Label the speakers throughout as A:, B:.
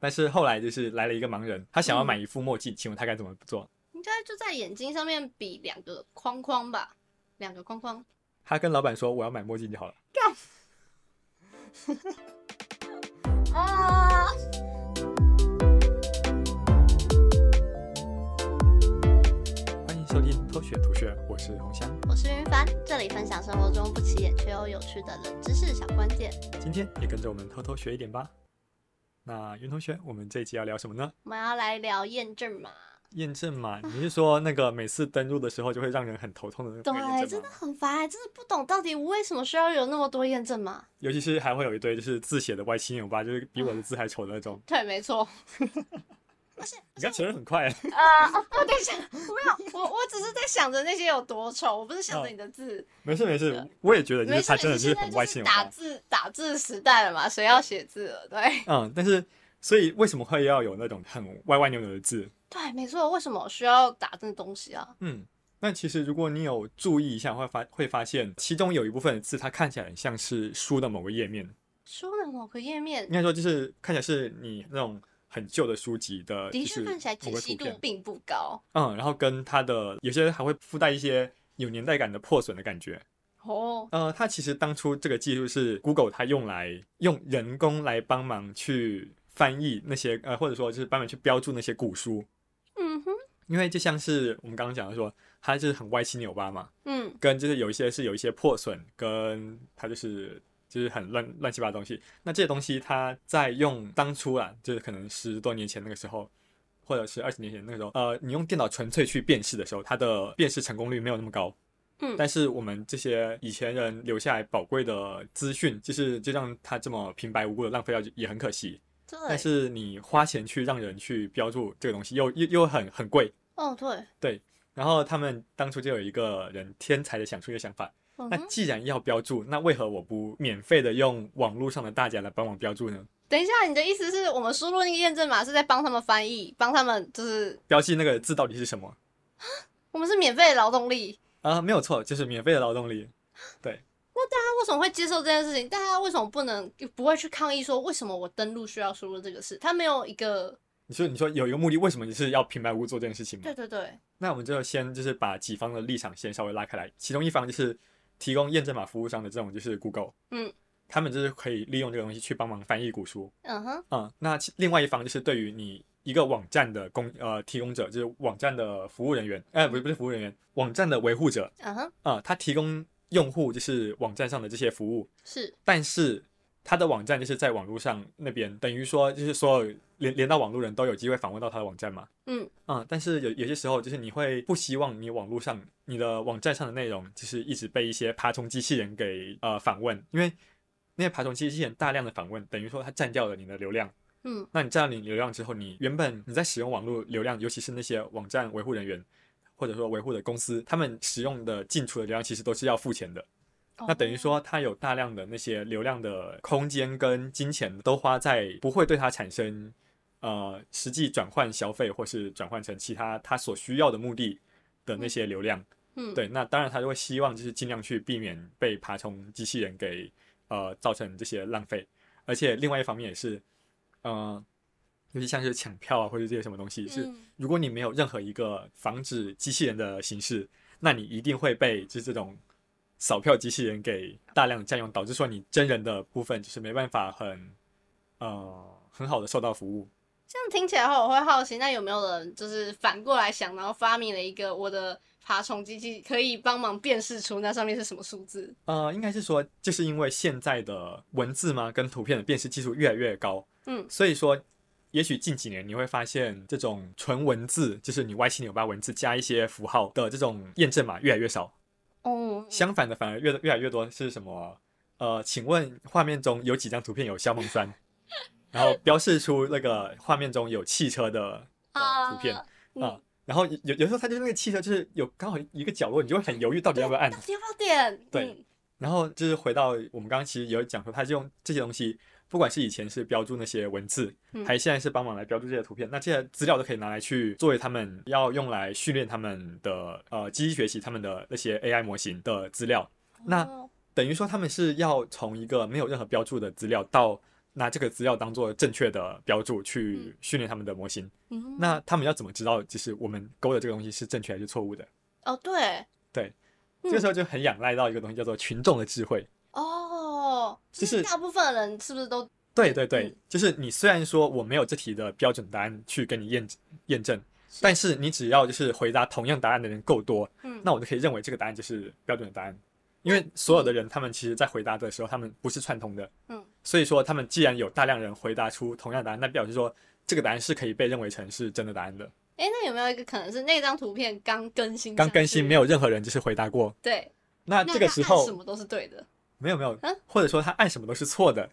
A: 但是后来就是来了一个盲人，他想
B: 嗯
A: 要买一副墨镜，请问他该怎么做？
B: 应该就在眼睛上面比两个框框吧，两个框框。
A: 他跟老板说我要买墨镜就好了。
B: 啊！
A: 欢迎收听偷学图学，我是红香。
B: 我是云凡，这里分享生活中不起眼却又有趣的冷知识小关键。
A: 今天也跟着我们偷偷学一点吧。那云同学，我们这一集要聊什么呢？
B: 我们要来聊验证码，
A: 验证码，你是说那个每次登录的时候就会让人很头痛的那个
B: 对，
A: 验
B: 真
A: 证
B: 的
A: 码？
B: 很烦，真的不懂到底为什么需要有那么多验证码。
A: 尤其是还会有一堆就是字写的歪七扭八，就是比我的字还丑的那种。
B: 对，没错。
A: 你刚承认很快，
B: 啊、啊！我在想， 没有，我我只是在想着那些有多丑，我不是想着你的字。
A: 没事没事，我也觉得就
B: 没
A: 是
B: 事
A: 他，真
B: 没
A: 的
B: 事，现在
A: 很
B: 就
A: 歪七
B: 是
A: 扭
B: 打
A: 八。
B: 字打字时代了嘛，谁要写字了？对
A: 嗯，但是所以为什么会要有那种很歪歪扭扭的字？
B: 对，没错。为什么需要打这东西啊？
A: 嗯，那其实如果你有注意一下，会发会发现其中有一部分的字，它看起来很像是书的某个页面，
B: 书的某个页面
A: 应该说就是看起来是你那种很旧的书籍的，
B: 的
A: 就
B: 确
A: 是
B: 看起来
A: 某
B: 解
A: 个
B: 析
A: 图
B: 度
A: 片。
B: 并不高
A: 嗯，然后跟它的有些还会附带一些有年代感的破损的感觉。
B: 哦。
A: 呃，它其实当初这个技术是 Google 它用来用人工来帮忙去翻译那些呃，或者说就是帮忙去标注那些古书，
B: 嗯哼，
A: 因为就像是我们刚刚讲的说，它就是很歪七扭八嘛，
B: 嗯，
A: 跟就是有一些是有一些破损，跟它就是就是很乱乱七八糟的东西。那这些东西它在用当初啊，就是可能十多年前那个时候，或者是二十年前那个时候，呃，你用电脑纯粹去辨识的时候，它的辨识成功率没有那么高。
B: 嗯
A: 但是我们这些以前人留下来宝贵的资讯，就是就让它这么平白无故的浪费掉，也很可惜。但
B: 对，
A: 是你花钱去让人去标注这个东西，又又又很很贵。
B: 哦对，
A: 然后他们当初就有一个人天才的想出一个想法，
B: 嗯
A: 那
B: 哼，
A: 既然要标注，那为何我不免费的用网络上的大家来帮忙标注呢？
B: 等一下，你的意思是我们输入那个验证码是在帮他们翻译，帮他们就是
A: 标记那个字到底是什么
B: 我们是免费的劳动力，
A: 啊？没有错，就是免费的劳动力。
B: 他为什么会接受这件事情？大家为什么不能不会去抗议说为什么我登录需要输入这个事？他没有一个
A: 你说，你说有一个目的，为什么你是要平白无故做这件事情吗
B: 对？对对，
A: 那我们就先就是把几方的立场先稍微拉开来，其中一方就是提供验证码服务商的这种就是 Google，
B: 嗯，
A: 他们就是可以利用这个东西去帮忙翻译古书
B: 嗯哼，
A: 啊、嗯。那其另外一方就是对于你一个网站的供呃提供者，就是网站的服务人员，哎、不是不是服务人员，网站的维护者，
B: 嗯哼，
A: 啊、它提供用户就是网站上的这些服务，
B: 是
A: 但是它的网站就是在网络上那边，等于说就是所有连连到网络人都有机会访问到它的网站嘛。
B: 嗯
A: 啊、但是有有些时候就是你会不希望你网络上你的网站上的内容就是一直被一些爬虫机器人给呃访问，因为那些爬虫机器人大量的访问，等于说它占掉了你的流量。
B: 嗯，
A: 那你占到你流量之后，你原本你在使用网络流量，尤其是那些网站维护人员或者说维护的公司，他们使用的进出的流量其实都是要付钱的。那等于
B: 哦，
A: 说，它有大量的那些流量的空间跟金钱都花在不会对它产生呃实际转换消费或是转换成其他它所需要的目的的那些流量。
B: 嗯，
A: 对，那当然它就会希望就是尽量去避免被爬虫机器人给呃造成这些浪费，而且另外一方面也是，呃，尤其像是抢票啊或者这些什么东西，是
B: 嗯
A: 如果你没有任何一个防止机器人的形式，那你一定会被就是这种扫票机器人给大量占用，导致说你真人的部分就是没办法很呃很好的受到服务。
B: 这样听起来的话，我会好奇，那有没有人就是反过来想，然后发明了一个我的爬虫机器，可以帮忙辨识出那上面是什么数字？
A: 呃，应该是说，就是因为现在的文字嘛，跟图片的辨识技术越来越高，
B: 嗯
A: 所以说，也许近几年你会发现，这种纯文字，就是你歪七扭八文字加一些符号的这种验证码越来越少，
B: 哦，
A: 相反的反而越越来越多是什么？呃，请问画面中有几张图片有消防栓， 然后标示出那个画面中有汽车的的图片啊、
B: 嗯
A: 然后有有时候它就是那个汽车就是有刚好一个角落，你就会很犹豫到底要不要按
B: 到。底要不要点？
A: 对
B: 嗯，
A: 然后就是回到我们刚刚其实有讲说，它是用这些东西，不管是以前是标注那些文字，
B: 嗯
A: 还现在是帮忙来标注这些图片，那这些资料都可以拿来去作为他们要用来训练他们的呃机器学习他们的那些 AI 模型的资料，那
B: 哦
A: 等于说他们是要从一个没有任何标注的资料到拿这个资料当做正确的标注去
B: 嗯
A: 训练他们的模型。
B: 嗯，
A: 那他们要怎么知道就是我们勾的这个东西是正确还是错误的？
B: 哦对
A: 这
B: 嗯
A: 个时候就很仰赖到一个东西叫做群众的智慧。
B: 哦，
A: 就
B: 就是是大部分人是不是都
A: 对对对
B: 嗯，
A: 就是你虽然说我没有这题的标准答案去跟你验验证，但是你只要就是回答同样答案的人够多，
B: 嗯
A: 那我就可以认为这个答案就是标准的答案。因为所有的人，他们其实在回答的时候，他们不是串通的，
B: 嗯，
A: 所以说他们既然有大量人回答出同样答案，那表示说这个答案是可以被认为成是真的答案的。
B: 哎、那有没有一个可能是那张图片刚更新？
A: 刚更新没
B: 有？
A: 有任何人就是回答过，
B: 对，
A: 那
B: 那
A: 这个
B: 他
A: 时
B: 按
A: 候
B: 什么都是对的。
A: 没有没有
B: 嗯，
A: 或者说他按什么都是错的，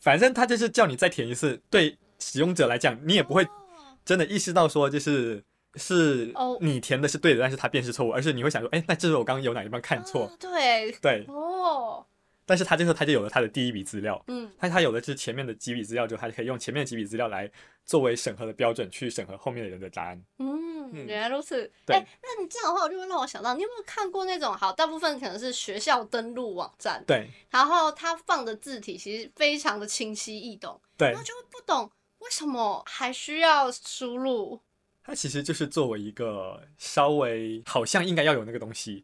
A: 反正他就是叫你再填一次。对使用者来讲，你也不会
B: 哦
A: 真的意识到说就是是
B: 哦
A: 你填的是对的，但是它辨识错误，而是你会想说，哎，那这是我刚刚有哪地方看错
B: 啊？对，
A: 对，
B: 哦，
A: 但是他这时候他就有了他的第一笔资料，
B: 嗯，
A: 他他有了是前面的几笔资料之后，他就可以用前面的几笔资料来作为审核的标准去审核后面的人的答案。
B: 嗯，
A: 嗯
B: 原来如此。
A: 对
B: 哎、那你这样的话，我就会让我想到，你有没有看过那种好，大部分可能是学校登录网站，
A: 对
B: 然后它放的字体其实非常的清晰易懂，
A: 对
B: 然后，就会不懂为什么还需要输入。
A: 它其实就是作为一个稍微好像应该要有那个东西，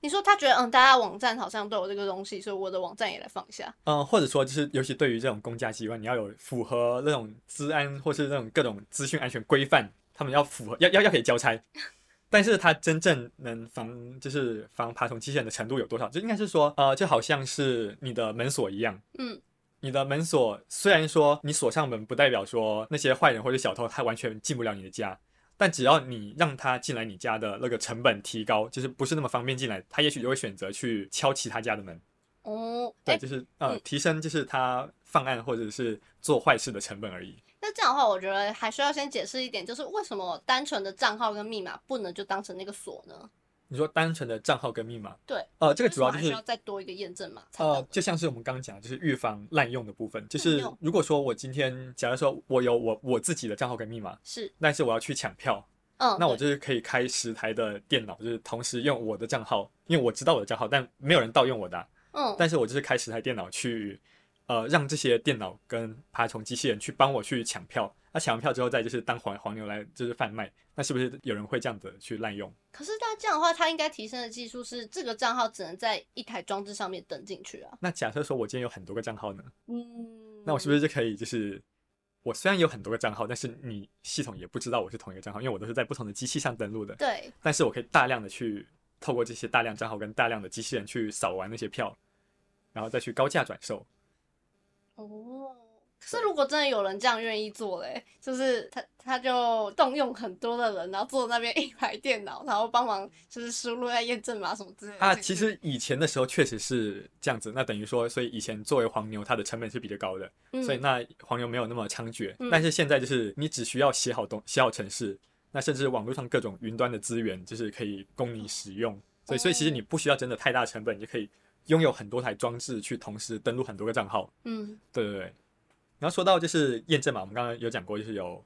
B: 你说他觉得，嗯，大家网站好像都有这个东西，所以我的网站也来放一下。
A: 嗯，或者说就是，尤其对于这种公家机关，你要有符合那种治安或是那种各种资讯安全规范，他们要符合，要要要可以交差。但是它真正能防就是防爬虫期限的程度有多少？就应该是说，呃，就好像是你的门锁一样，
B: 嗯，
A: 你的门锁虽然说你锁上门，不代表说那些坏人或者小偷他完全进不了你的家，但只要你让他进来你家的那个成本提高，就是不是那么方便进来，他也许就会选择去敲其他家的门。
B: 哦，哎、
A: 对，就是呃，
B: 嗯
A: 提升就是他犯案或者是做坏事的成本而已。
B: 那这样的话，我觉得还需要先解释一点，就是为什么单纯的账号跟密码不能就当成那个锁呢？
A: 你说单纯的账号跟密码，
B: 对，
A: 呃，这
B: 这
A: 个主要就
B: 还需
A: 是
B: 要再多一个验证码才能。
A: 呃，就像是我们刚刚讲的，就是预防滥用的部分。就是
B: 滥用
A: 如果说我今天，假如说我有我我自己的账号跟密码，
B: 是，
A: 但是我要去抢票，
B: 嗯，
A: 那我
B: 对
A: 就是可以开十台的电脑，就是同时用我的账号，因为我知道我的账号，但没有人盗用我的啊、
B: 嗯，
A: 但是我就是开十台电脑去，呃，让这些电脑跟爬虫机器人去帮我去抢票，那、抢完票之后再就是当黄黄牛来就是贩卖，那是不是有人会这样子去滥用？
B: 可是那这样的话，它应该提升的技术是这个账号只能在一台装置上面登进去啊。
A: 那假设说我今天有很多个账号呢，
B: 嗯，
A: 那我是不
B: 是？
A: 是就可以就是？我虽然有很多个账号，但是你系统也不知道我是同一个账号，因为我都是在不同的机器上登录的。
B: 对，
A: 但是我可以大量的去透过这些大量账号跟大量的机器人去扫完那些票，然后再去高价转售。
B: 哦。可是如果真的有人这样愿意做嘞，就是他他就动用很多的人，然后坐在那边一排电脑，然后帮忙就是输入要验证码什么之类 的
A: 啊，
B: 进
A: 其
B: 去
A: 实以前的时候确实是这样子，那等于说，所以以前作为黄牛，它的成本是比较高的，
B: 嗯
A: 所以那黄牛没有那么猖獗。
B: 嗯
A: 但是现在就是你只需要写好东写好程式，那甚至网络上各种云端的资源就是可以供你使用，所以所以
B: 哦
A: 其实你不需要真的太大成本，你就可以拥有很多台装置去同时登录很多个账号。
B: 嗯
A: 对对对。然后说到就是验证码，我们刚刚有讲过，就是有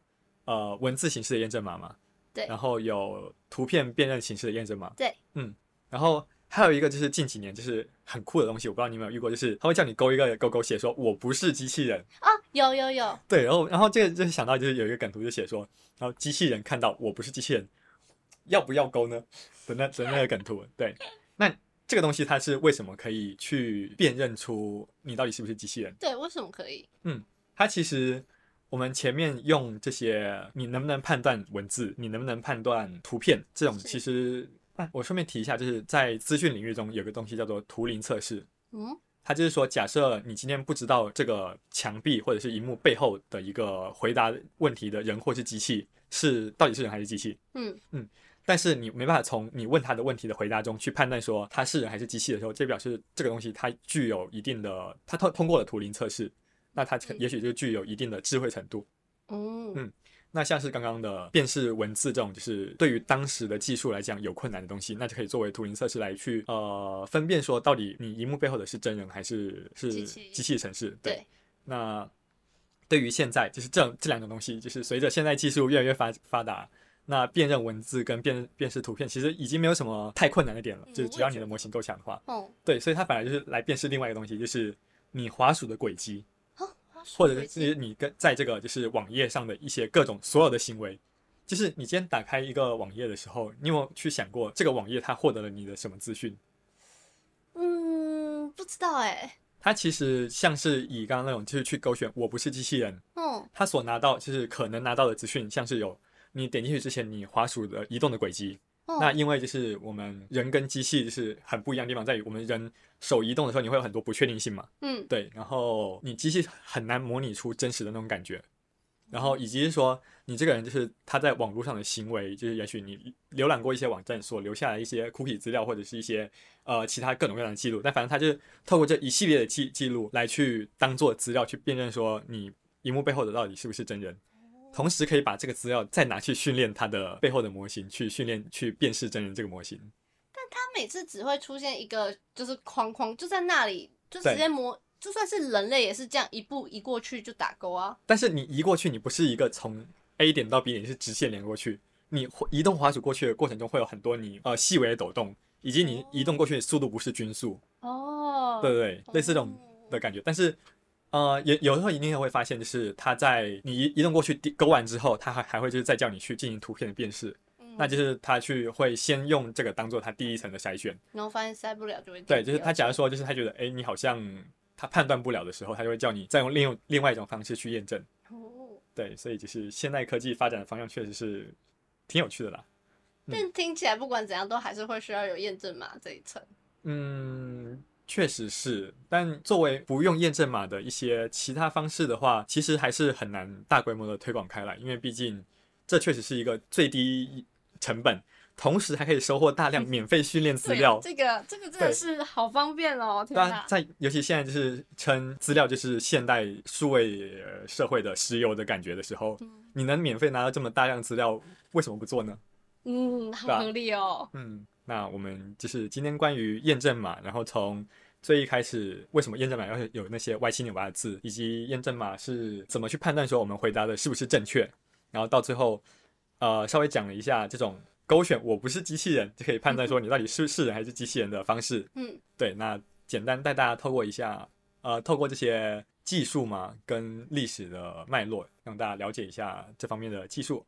A: 呃文字形式的验证码嘛，
B: 对
A: 然后有图片辨认形式的验证码，
B: 对，
A: 嗯，然后还有一个就是近几年就是很酷的东西，我不知道你有没有遇过，就是他会叫你勾一个勾勾，写说我不是机器人，
B: 啊，有有有，
A: 对，然后然后这个就是想到就是有一个梗图就写说，然后机器人看到我不是机器人，要不要勾呢？的那的那个梗图，对，那这个东西它是为什么可以去辨认出你到底是不是机器人？
B: 对，为什么可以？
A: 它其实我们前面用这些，你能不能判断文字，你能不能判断图片，这种
B: 是
A: 其实，啊、我顺便提一下，就是在资讯领域中有个东西叫做图灵测试，
B: 嗯，
A: 它就是说，假设你今天不知道这个墙壁或者是荧幕背后的一个回答问题的人或是机器是到底是人还是机器，
B: 嗯
A: 嗯。但是你没办法从你问他的问题的回答中去判断说他是人还是机器的时候，这表示这个东西它具有一定的，它通通过了图灵测试，那它可
B: 嗯
A: 也许就具有一定的智慧程度。
B: 嗯，
A: 那像是刚刚的辨识文字这种，就是对于当时的技术来讲有困难的东西，那就可以作为图灵测试来去呃分辨说到底你荧幕背后的是真人还是是
B: 机器
A: 机器城市。
B: 对，
A: 那对于现在就是这这两种东西，就是随着现在技术越来越发发达，那辨认文字跟辨辨识图片其实已经没有什么太困难的点了，
B: 嗯
A: 就是
B: 我
A: 只
B: 也
A: 要你
B: 觉
A: 的模型够强的话，
B: 哦，
A: 对，所以它反而就是来辨识另外一个东西，就是你滑鼠的轨迹。
B: 啊，滑
A: 或者是你跟在这个就是网页上的一些各种所有的行为，就是你今天打开一个网页的时候，你有没有去想过这个网页它获得了你的什么资讯？
B: 嗯，不知道哎、
A: 它其实像是以刚刚那种就是去勾选“我不是机器人”，
B: 嗯
A: 它所拿到就是可能拿到的资讯，像是有你点进去之前你滑鼠的移动的轨迹。
B: 嗯，
A: 那因为就是我们人跟机器就是很不一样的地方在于，我们人手移动的时候你会有很多不确定性嘛，
B: 嗯
A: 对，然后你机器很难模拟出真实的那种感觉，然后以及是说你这个人就是他在网络上的行为，就是也许你浏览过一些网站所留下来一些 cookie 资料或者是一些呃其他各种各样的记录，但反正他就是透过这一系列的记记录来去当做资料去辨认说你荧幕背后的到底是不是真人。同时可以把这个资料再拿去训练它的背后的模型，去训练去辨识真人这个模型。
B: 他每次只会出现一个就是框框，就在那里，就直
A: 对
B: 接模，就算是人类也是这样一步一过去就打勾啊。
A: 但是你移过去，你不是一个从 A 点到 B 点是直线连过去，你滑移动滑鼠过去的过程中会有很多你呃细微的抖动，以及你
B: 哦
A: 移动过去的速度不是均速，
B: 哦，
A: 对不对？类似这种的感觉。但是呃，也有时候你也会发现，就是它在你移移动过去滴勾完之后，它还还会就是再叫你去进行图片的辨识，
B: 嗯，
A: 那就是它去会先用这个当做它第一层的筛选。
B: 然后发现塞不嗯了就会
A: 对，就是他假
B: 讲
A: 如说就是他觉得哎、诶你好像他判断不了的时候，他就会叫你再用另用另外一种方式去验证。
B: 哦
A: 对，所以就是现代科技发展的方向确实是挺有趣的啦。嗯
B: 但听起来不管怎样都还是会需要有验证码这一层。
A: 嗯，确实是，但作为不用验证码的一些其他方式的话，其实还是很难大规模的推广开来，因为毕竟这确实是一个最低成本，同时还可以收获大量免费训练资
B: 对啊
A: 料。
B: 这个这个真的
A: 对
B: 是好方便哦，天
A: 对啊
B: 哪，！
A: 在尤其现在就是称资料就是现代数位呃社会的石油的感觉的时候，
B: 嗯
A: 你能免费拿到这么大量资料，为什么不做呢？
B: 嗯，好
A: 对啊
B: 合理哦。
A: 嗯，那我们就是今天关于验证码，然后从最一开始为什么验证码要有那些歪七扭八的字，以及验证码是怎么去判断说我们回答的是不是正确，然后到最后，呃，稍微讲了一下这种勾选我不是机器人就可以判断说你到底是 是人还是机器人的方式。
B: 嗯，
A: 对，那简单带大家透过一下，呃，透过这些技术嘛，跟历史的脉络，让大家了解一下这方面的技术。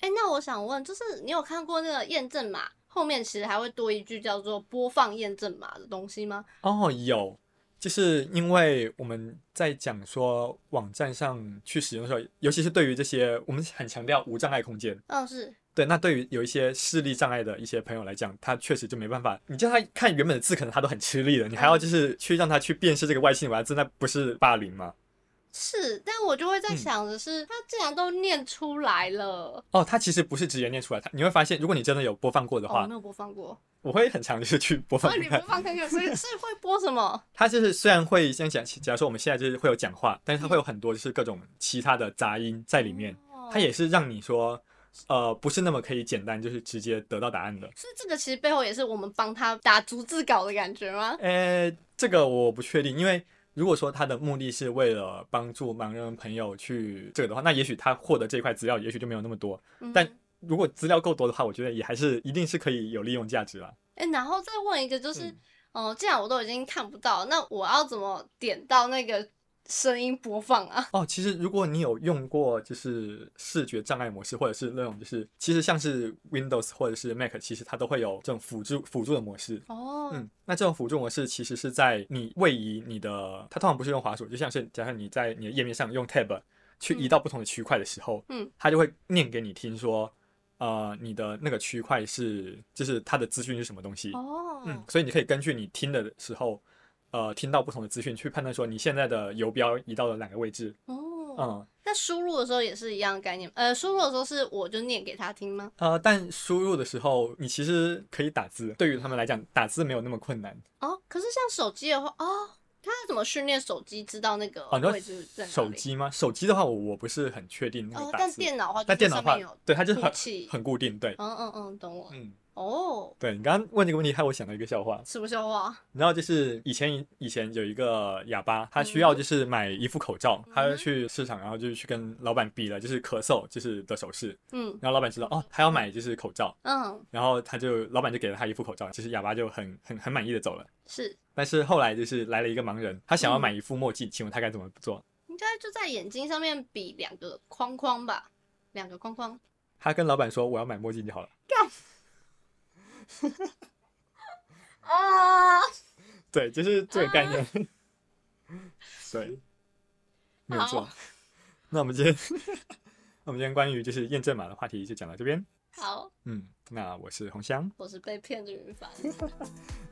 B: 哎、那我想问，就是你有看过那个验证码后面其实还会多一句叫做播放验证码的东西吗？
A: 哦，有，就是因为我们在讲说网站上去使用的时候，尤其是对于这些我们很强调无障碍空间，
B: 嗯，是，
A: 对，那对于有一些视力障碍的一些朋友来讲，他确实就没办法，你叫他看原本的字，可能他都很吃力了，你还要就是去让他去辨识这个外星人的字，那不是霸凌吗？
B: 是，但我就会在
A: 嗯
B: 想的是，他既然都念出来了，
A: 哦，它其实不是直接念出来，它你会发现，如果你真的有播放过的
B: 哦，
A: 话
B: 没，有播放过，
A: 我会很常就是去播放
B: 哦，
A: 看
B: 你播
A: 看。
B: 放看看，所以是会播什么？
A: 它就是虽然会像讲，假如说我们现在就是会有讲话，但是它会有很多就是各种其他的杂音在里面，
B: 哦
A: 它也是让你说，呃，不是那么可以简单就是直接得到答案的。
B: 所以这个其实背后也是我们帮他打逐字稿的感觉吗？
A: 呃，这个我不确定，因为如果说它的目的是为了帮助盲人朋友去这个的话，那也许他获得这块资料也许就没有那么多。
B: 嗯
A: 但如果资料够多的话，我觉得也还是一定是可以有利用价值啦。
B: 哎、然后再问一个，就是
A: 嗯，
B: 哦、既然我都已经看不到，那我要怎么点到那个声音播放啊？
A: 哦，其实如果你有用过就是视觉障碍模式，或者是那种就是其实像是 Windows 或者是 Mac，其实它都会有这种辅助辅助的模式。
B: 哦，
A: 嗯，那这种辅助模式其实是在你位移你的，它通常不是用滑鼠，就像是假设你在你的页面上用 Tab 去移到不同的区块的时候，
B: 嗯，
A: 它就会念给你听说，呃，你的那个区块是就是它的资讯是什么东西。
B: 哦，
A: 嗯，所以你可以根据你听的时候，呃，听到不同的资讯去判断说你现在的游标移到了哪个位置。
B: 哦，
A: 嗯，
B: 那输入的时候也是一样的概念，呃，输入的时候是我就念给他听吗？
A: 呃，但输入的时候你其实可以打字，对于他们来讲，打字没有那么困难。
B: 哦，可是像手机的话，哦，他要怎么训练手机知道那个
A: 哦，
B: 位
A: 你
B: 置
A: 说
B: 在哪里？
A: 手机吗？手机的话我，我不是很确定那
B: 哦
A: 个，打
B: 但
A: 字。
B: 电脑的话，
A: 但电脑的
B: 上面
A: 话
B: 有，哦
A: 对，它就
B: 默
A: 很
B: 契。
A: 很固定，对，
B: 嗯嗯嗯，懂我。
A: 嗯，
B: 哦，
A: 对你刚刚问这个问题，害我想到一个笑话。
B: 什么笑话？
A: 然后就是以前以前有一个哑巴，他需要
B: 嗯
A: 就是买一副口罩，
B: 嗯
A: 他就去市场，然后就去跟老板比了，就是咳嗽就是的手势。
B: 嗯
A: 然后老板知道哦，他要买就是口罩，
B: 嗯，
A: 然后他就老板就给了他一副口罩，其实哑巴就很很很满意的走了。
B: 是
A: 但是后来就是来了一个盲人，他想要
B: 嗯
A: 买一副墨镜，请问他该怎么做？
B: 应该就在眼睛上面比两个框框吧，两个框框。
A: 他跟老板说我要买墨镜就好了。
B: 啊，
A: 对，就是这个概念。 对，没有错
B: 好。
A: 那我们今天，那我们今天关于就是验证码的话题就讲到这边。
B: 好，
A: 嗯，那我是红香，
B: 我是被骗的云凡，
A: 哎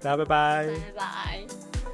A: 大家拜拜
B: 拜拜。